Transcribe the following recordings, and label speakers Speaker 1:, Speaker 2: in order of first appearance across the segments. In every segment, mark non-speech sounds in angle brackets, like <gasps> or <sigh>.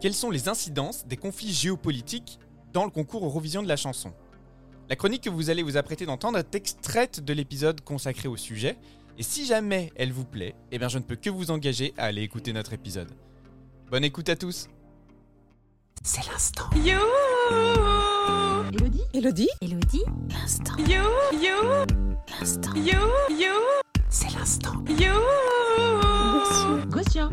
Speaker 1: Quelles sont les incidences des conflits géopolitiques dans le concours Eurovision de la chanson La chronique que vous allez vous apprêter d'entendre est extraite de l'épisode consacré au sujet, et si jamais elle vous plaît, eh bien je ne peux que vous engager à aller écouter notre épisode. Bonne écoute à tous
Speaker 2: C'est l'instant.
Speaker 3: You,
Speaker 4: Elodie
Speaker 2: Elodie
Speaker 4: Elodie
Speaker 2: L'instant.
Speaker 3: you, you,
Speaker 2: L'instant.
Speaker 3: you, you,
Speaker 2: C'est l'instant.
Speaker 3: you.
Speaker 4: Gossuin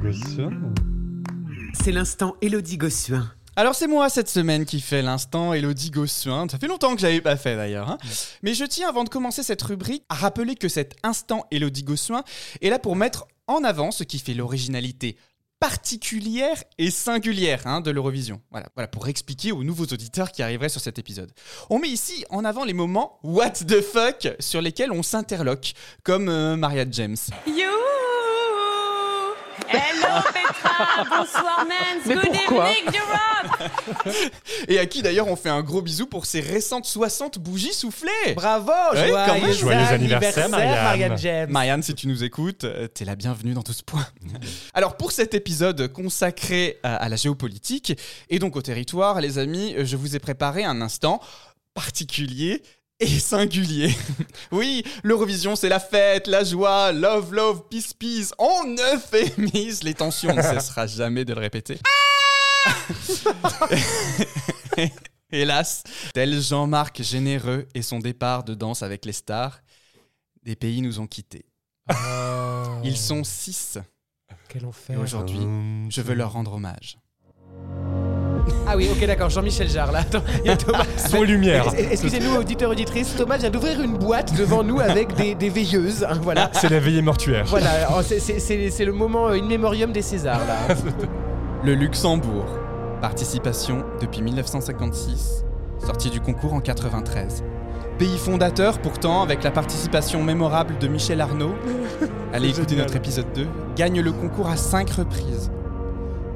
Speaker 2: C'est l'instant Elodie Gossuin.
Speaker 1: Alors c'est moi cette semaine qui fait l'instant Elodie Gossuin. Ça fait longtemps que je l'avais pas fait d'ailleurs. hein. Mais je tiens avant de commencer cette rubrique à rappeler que cet instant Elodie Gossuin est là pour mettre en avant ce qui fait l'originalité particulière et singulière hein, de l'Eurovision. Voilà, voilà, pour expliquer aux nouveaux auditeurs qui arriveraient sur cet épisode. On met ici en avant les moments what the fuck sur lesquels on s'interloque, comme euh, Maria James.
Speaker 3: You. Hello Petra, bonsoir Mans, good evening Europe.
Speaker 1: Et à qui d'ailleurs on fait un gros bisou pour ses récentes 60 bougies soufflées.
Speaker 5: Bravo,
Speaker 1: Ouais,
Speaker 5: joyeux,
Speaker 1: quand même.
Speaker 6: Oh, Joyeux anniversaire, Marianne.
Speaker 5: Marianne James.
Speaker 1: Marianne, si tu nous écoutes, euh, t'es la bienvenue dans tout ce point. <laughs> Alors pour cet épisode consacré euh, à, à la géopolitique et donc au territoire, les amis, euh, je vous ai préparé un instant particulier et <laughs> singulier. oui, l'Eurovision, c'est la fête, la joie, love, love, peace, peace. On <laughs> euphémise les tensions, on ne cessera jamais de le <laughs> répéter. Hélas, tel Jean-Marc généreux et son départ de danse avec les stars, des pays nous ont quittés. Ils sont six
Speaker 5: Quel
Speaker 1: et
Speaker 5: enfer.
Speaker 1: aujourd'hui,
Speaker 6: Euh,
Speaker 1: je veux leur rendre hommage.
Speaker 5: Ah oui, ok, d'accord, Jean-Michel Jarre, là. Attends, il y a
Speaker 6: <laughs>
Speaker 5: Thomas.
Speaker 6: Sans lumière.
Speaker 5: Eh, Excusez-nous, auditeurs, auditrices. Thomas vient d'ouvrir une boîte devant nous avec des, des veilleuses. hein, voilà.
Speaker 6: C'est la veillée mortuaire.
Speaker 5: Voilà, alors, c'est- c'est c'est- c'est le moment euh, in memoriam des Césars,
Speaker 6: <laughs>
Speaker 5: là.
Speaker 1: Le Luxembourg, participation depuis 1956, sortie du concours en 93. Pays fondateur pourtant avec la participation mémorable de Michel Arnaud. Allez écouter notre épisode 2. Gagne le concours à 5 reprises.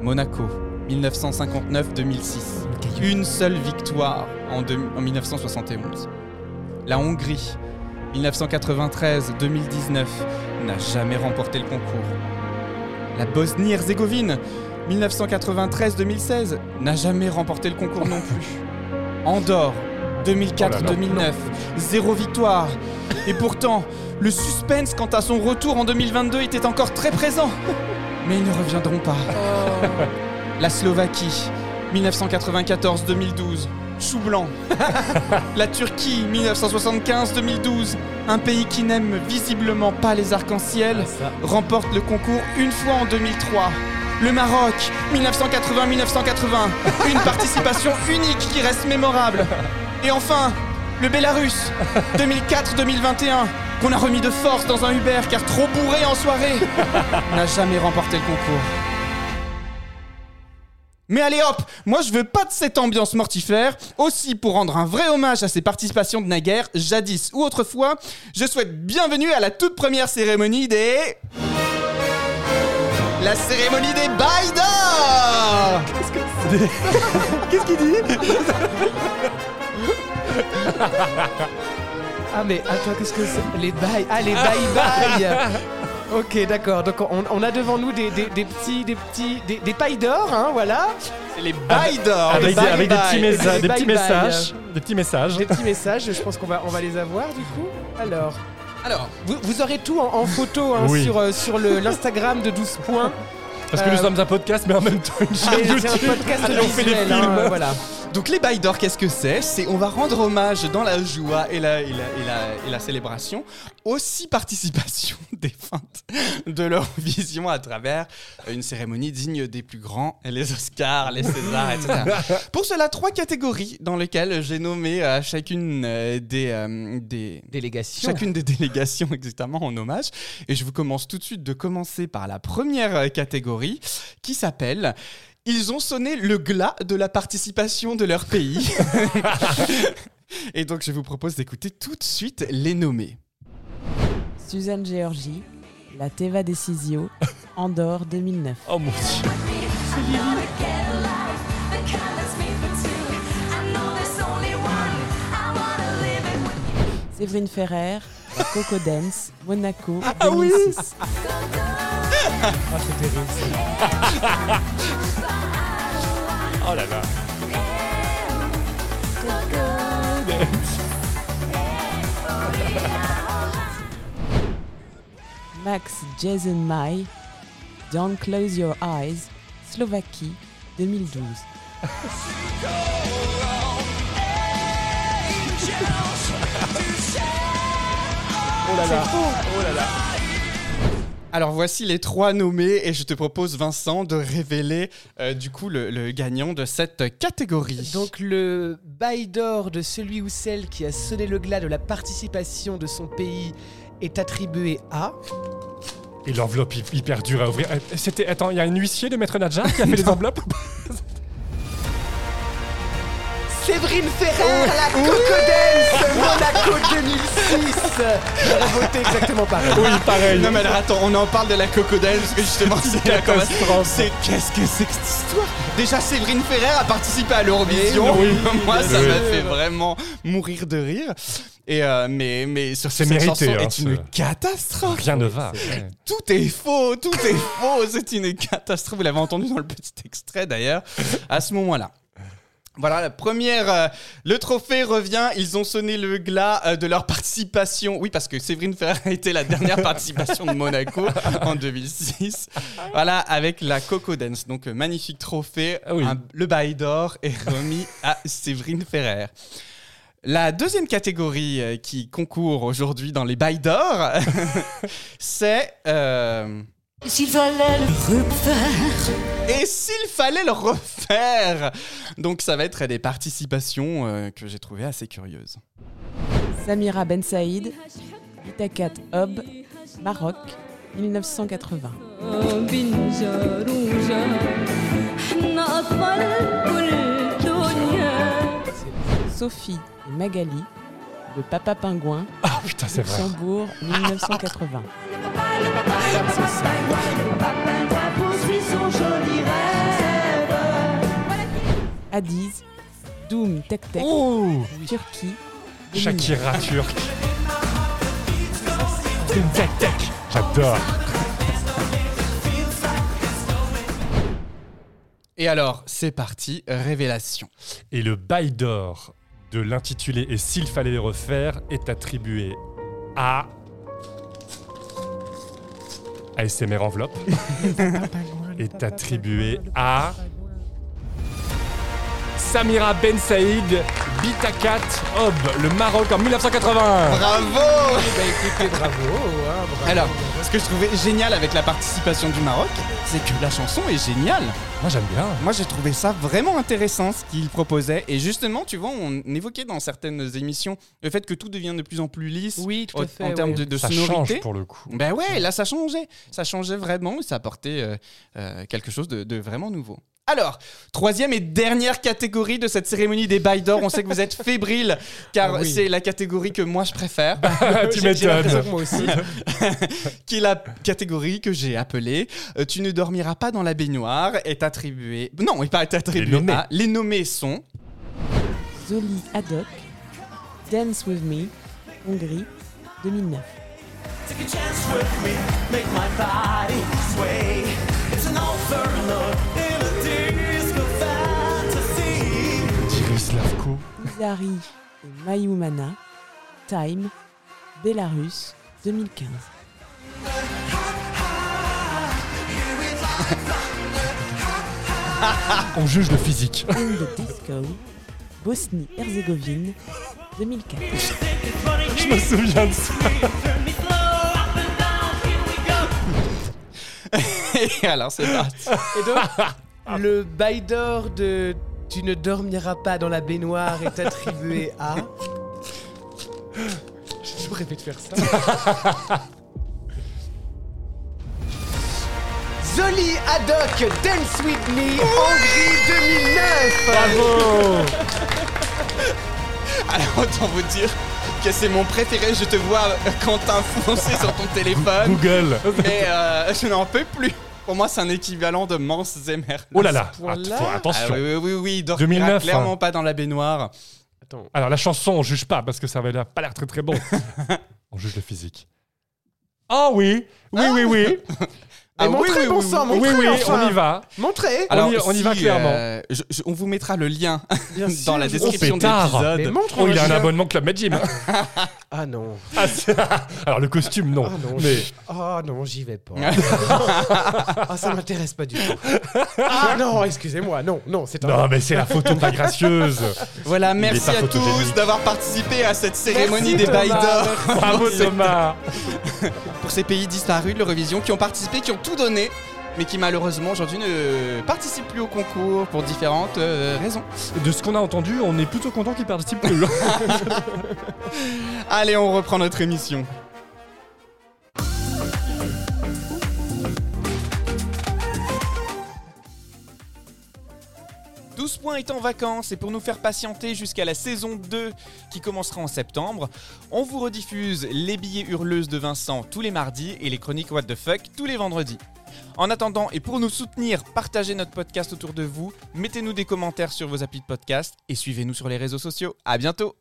Speaker 1: Monaco, 1959-2006. Une seule victoire en, deux- en 1971. La Hongrie, 1993-2019, n'a jamais remporté le concours. La Bosnie-Herzégovine, 1993-2016 n'a jamais remporté le concours non plus. Andorre, 2004-2009, zéro victoire. Et pourtant, le suspense quant à son retour en 2022 était encore très présent. Mais ils ne reviendront pas. La Slovaquie, 1994-2012, chou blanc. La Turquie, 1975-2012, un pays qui n'aime visiblement pas les arcs-en-ciel remporte le concours une fois en 2003. Le Maroc, 1980-1980, une participation unique qui reste mémorable. Et enfin, le Bélarus, 2004-2021, qu'on a remis de force dans un Uber car trop bourré en soirée, n'a jamais remporté le concours. Mais allez hop, moi je veux pas de cette ambiance mortifère. Aussi, pour rendre un vrai hommage à ces participations de naguère, jadis ou autrefois, je souhaite bienvenue à la toute première cérémonie des... La cérémonie des Baïda
Speaker 5: Ah, mais attends, qu'est-ce que c'est Les bails. Ah, les bails bails
Speaker 6: <laughs>
Speaker 5: Ok, d'accord. Donc, on, on a devant nous des, des- des petits, des petits, des, des pailles d'or, hein, voilà.
Speaker 1: C'est les Baïda
Speaker 6: Avec, des,
Speaker 5: Bye
Speaker 6: avec des
Speaker 5: bye.
Speaker 6: petits, messa-
Speaker 5: Bye
Speaker 6: des petits
Speaker 5: bye.
Speaker 6: messages. Des petits messages.
Speaker 5: Des petits messages, je pense qu'on va, on va les avoir, du coup. Alors.
Speaker 1: Alors,
Speaker 5: Vous, vous aurez tout en, en photo hein,
Speaker 6: Oui.
Speaker 5: sur, euh, sur le- l'Instagram de 12 points.
Speaker 6: Parce que nous
Speaker 5: euh, Ah,
Speaker 6: sommes un podcast, mais en même temps une
Speaker 5: C'est
Speaker 6: chaîne
Speaker 5: c'est un
Speaker 6: YouTube.
Speaker 5: podcast
Speaker 6: Allez, on fait des
Speaker 5: visuel,
Speaker 6: films.
Speaker 5: hein, voilà.
Speaker 1: donc les Baïda qu'est-ce que c'est C'est on va rendre hommage dans la joie et la, et la, et la, et la célébration aux six <laughs> participations défuntes de leur vision à travers une cérémonie digne des plus grands, les Oscars, les Césars, etc. Pour cela, trois catégories dans lesquelles j'ai nommé à chacune euh, des, euh, des,
Speaker 5: Délégation.
Speaker 1: chacune des délégations exactement en hommage. Et je vous commence tout de suite de commencer par la première euh, catégorie qui s'appelle Ils ont sonné le glas de la participation de leur pays. <laughs> Et donc je vous propose d'écouter tout de suite les nommés.
Speaker 7: Suzanne Georgie, La Teva Decisio, Andorre 2009.
Speaker 6: Oh mon dieu.
Speaker 7: Séverine Ferrer, la Coco Dance, Monaco 2006.
Speaker 3: Ah
Speaker 6: Oh là là.
Speaker 7: Max Jason Mai, Don't Close Your Eyes, Slovaquie 2012.
Speaker 6: Oh là là. Oh là là.
Speaker 1: Alors voici les trois nommés et je te propose Vincent de révéler euh, du coup le, le gagnant de cette catégorie.
Speaker 5: Donc le bail d'or de celui ou celle qui a sonné le glas de la participation de son pays est attribué à...
Speaker 6: Et l'enveloppe hy- hyper dure à ouvrir. Euh, C'était. Attends, il y a un huissier de Maître Nadja qui
Speaker 5: <laughs>
Speaker 6: a fait les enveloppes
Speaker 5: Séverine Ferrer, la Coco Dance Monaco 2006 J'aurais voté exactement pareil.
Speaker 6: Oui, pareil.
Speaker 1: non mais alors, attends, on en parle de la cocodelle parce que justement c'est la
Speaker 6: catastrophe.
Speaker 1: Oh, C'est qu'est-ce que c'est que cette histoire Déjà Séverine Ferrer a participé à l'Eurovision.
Speaker 6: Eh oui,
Speaker 1: <laughs> Moi
Speaker 6: bien
Speaker 1: ça
Speaker 6: sûr.
Speaker 1: m'a fait vraiment mourir de rire. Et euh, mais mais sur
Speaker 6: C'est
Speaker 1: cette
Speaker 6: mérité,
Speaker 1: chanson
Speaker 6: hein,
Speaker 1: est une
Speaker 6: ce-
Speaker 1: catastrophe.
Speaker 6: Rien ne va. Ouais.
Speaker 1: Tout est faux, tout est faux, c'est une catastrophe. Vous l'avez entendu dans le petit extrait d'ailleurs, à ce moment-là. Voilà, la première, euh, le trophée revient. Ils ont sonné le glas euh, de leur participation. Oui, parce que Séverine Ferrer a été la dernière participation de Monaco en 2006. Voilà, avec la Coco Dance. Donc, euh, magnifique trophée.
Speaker 6: Ah oui.
Speaker 1: Un- le bail d'or est remis à Séverine Ferrer. La deuxième catégorie euh, qui concourt aujourd'hui dans les bails d'or, <laughs> c'est. euh,
Speaker 4: S'il fallait le
Speaker 1: et s'il fallait le refaire Donc ça va être des participations euh, que j'ai trouvées assez curieuses.
Speaker 7: Samira Ben Saïd, Itakat Hob, Maroc 1980.
Speaker 3: بنجة روجة حنا أطفال كل الدنيا
Speaker 7: Sophie et Magali, Le Papa Pingouin,
Speaker 6: Ah putain, c'est vrai.
Speaker 7: Luxembourg 1980.
Speaker 4: poursuit son joli rêve.
Speaker 7: Adiz, Doom Tech Tech,
Speaker 6: Oh
Speaker 7: Turquie 2009.
Speaker 6: Shakira turque. Une tech tech. J'adore.
Speaker 1: Et alors, c'est parti, révélation.
Speaker 6: Et le bail d'or de l'intitulé Et s'il fallait le refaire est attribué à. ASMR enveloppe. <laughs> est attribué à. Samira Ben Saïd, Bitakat Hob, le Maroc en 1980.
Speaker 1: Bravo
Speaker 5: Bah écoutez, bravo, hein, bravo.
Speaker 1: Alors, ce que je trouvais génial avec la participation du Maroc, c'est que la chanson est géniale.
Speaker 6: Moi j'aime bien.
Speaker 1: Moi, j'ai trouvé ça vraiment intéressant, ce qu'il proposait. Et justement, tu vois, on évoquait dans certaines émissions le fait que tout devient de plus en plus lisse
Speaker 5: Oui, tout
Speaker 1: en,
Speaker 5: à fait.
Speaker 1: en termes
Speaker 5: ouais.
Speaker 1: de, de
Speaker 6: Ça
Speaker 1: sonorité.
Speaker 6: change pour le coup.
Speaker 1: Ben ouais, là ça changeait. Ça changeait vraiment et ça apportait euh, euh, quelque chose de, de vraiment nouveau. Alors, troisième et dernière catégorie de cette cérémonie des bails d'or. On sait que vous
Speaker 6: <laughs>
Speaker 1: êtes fébriles car
Speaker 5: Ah oui.
Speaker 1: c'est la catégorie que moi je préfère,
Speaker 6: Bah Ah, tu
Speaker 5: J'ai- j'ai l'impression
Speaker 6: m'étonnes.
Speaker 5: que moi aussi.
Speaker 1: qui est la catégorie que j'ai appelée euh, Tu ne dormiras pas dans la baignoire est attribuée. Non, est pas est attribuée
Speaker 6: Les nommés.
Speaker 1: à- Les nommés sont.
Speaker 7: Zoli Haddock, Dance With Me, Hongrie 2009.
Speaker 6: Thierry Slavko.
Speaker 7: Izari et Mayumana, Time, Belarus 2015.
Speaker 6: On juge le physique.
Speaker 7: In the Disco, Bosnie-Herzégovine 2004.
Speaker 6: Je me souviens de ça.
Speaker 1: <laughs> Et alors, c'est parti.
Speaker 5: Et <laughs> donc, le bail d'or de Tu ne dormiras pas dans la baignoire est attribué à. <gasps> J'ai toujours rêvé de faire ça. <laughs> Zoli Haddock, Dance With Me, Hongrie 2009
Speaker 6: Bravo
Speaker 1: Alors, autant vous dire que c'est mon préféré. Je te vois, euh, Quentin, <laughs> foncer sur ton téléphone.
Speaker 6: Google.
Speaker 1: Mais euh, je n'en peux plus. Pour moi, c'est un équivalent de Mans Zemer.
Speaker 6: Oh là là.
Speaker 5: point-là
Speaker 6: Att- faut-
Speaker 1: Ah
Speaker 6: attention.
Speaker 1: oui, oui, oui, oui, il dormira
Speaker 6: 2009,
Speaker 1: clairement
Speaker 6: hein.
Speaker 1: pas dans la baignoire.
Speaker 6: Alors la chanson, on juge pas parce que ça avait l'air- pas l'air très
Speaker 5: <laughs>
Speaker 6: très bon. on juge le physique. Ah oui, oui, oui, oui.
Speaker 5: Mais Ah. montrez, bon sang,
Speaker 1: oui,
Speaker 5: montrez,
Speaker 1: oui,
Speaker 5: enfin.
Speaker 6: on y va.
Speaker 5: Montrez
Speaker 6: on y- on y va clairement.
Speaker 1: euh, je- je- on vous mettra le lien <laughs> dans la
Speaker 6: Oh
Speaker 1: description de
Speaker 6: pétard
Speaker 5: Mais
Speaker 1: l'épisode.
Speaker 5: montre
Speaker 6: Oh, il a un
Speaker 5: Roger.
Speaker 6: abonnement Club
Speaker 5: <laughs>
Speaker 6: Med Gym.
Speaker 5: Ah non.
Speaker 6: Ah, c'est- Alors le costume, non.
Speaker 5: Ah non,
Speaker 6: mais
Speaker 5: je- ah non, j'y vais pas. ah, ça m'intéresse pas du tout. Ah non, excusez-moi, non, non, c'est un.
Speaker 6: non, mais c'est la photo
Speaker 5: <laughs>
Speaker 6: pas gracieuse.
Speaker 1: Voilà,
Speaker 6: est
Speaker 1: merci
Speaker 6: pas
Speaker 1: à tous
Speaker 6: photogénique.
Speaker 1: d'avoir participé à cette cérémonie
Speaker 5: Merci,
Speaker 1: des bails
Speaker 5: Thomas,
Speaker 1: d'or.
Speaker 6: Bravo Thomas.
Speaker 1: Pour ces pays disparus de l'Eurovision qui ont participé, qui ont tout donné, mais qui malheureusement aujourd'hui ne participent plus au concours pour différentes euh, raisons.
Speaker 6: De ce qu'on a entendu, on est plutôt content qu'il participe plus.
Speaker 1: Allez, on reprend notre émission. Douze points est en vacances et pour nous faire patienter jusqu'à la saison 2 qui commencera en septembre, on vous rediffuse les billets hurleuses de Vincent tous les mardis et les chroniques What the fuck tous les vendredis. En attendant, et pour nous soutenir, partagez notre podcast autour de vous, mettez-nous des commentaires sur vos applis de podcast et suivez-nous sur les réseaux sociaux. À bientôt!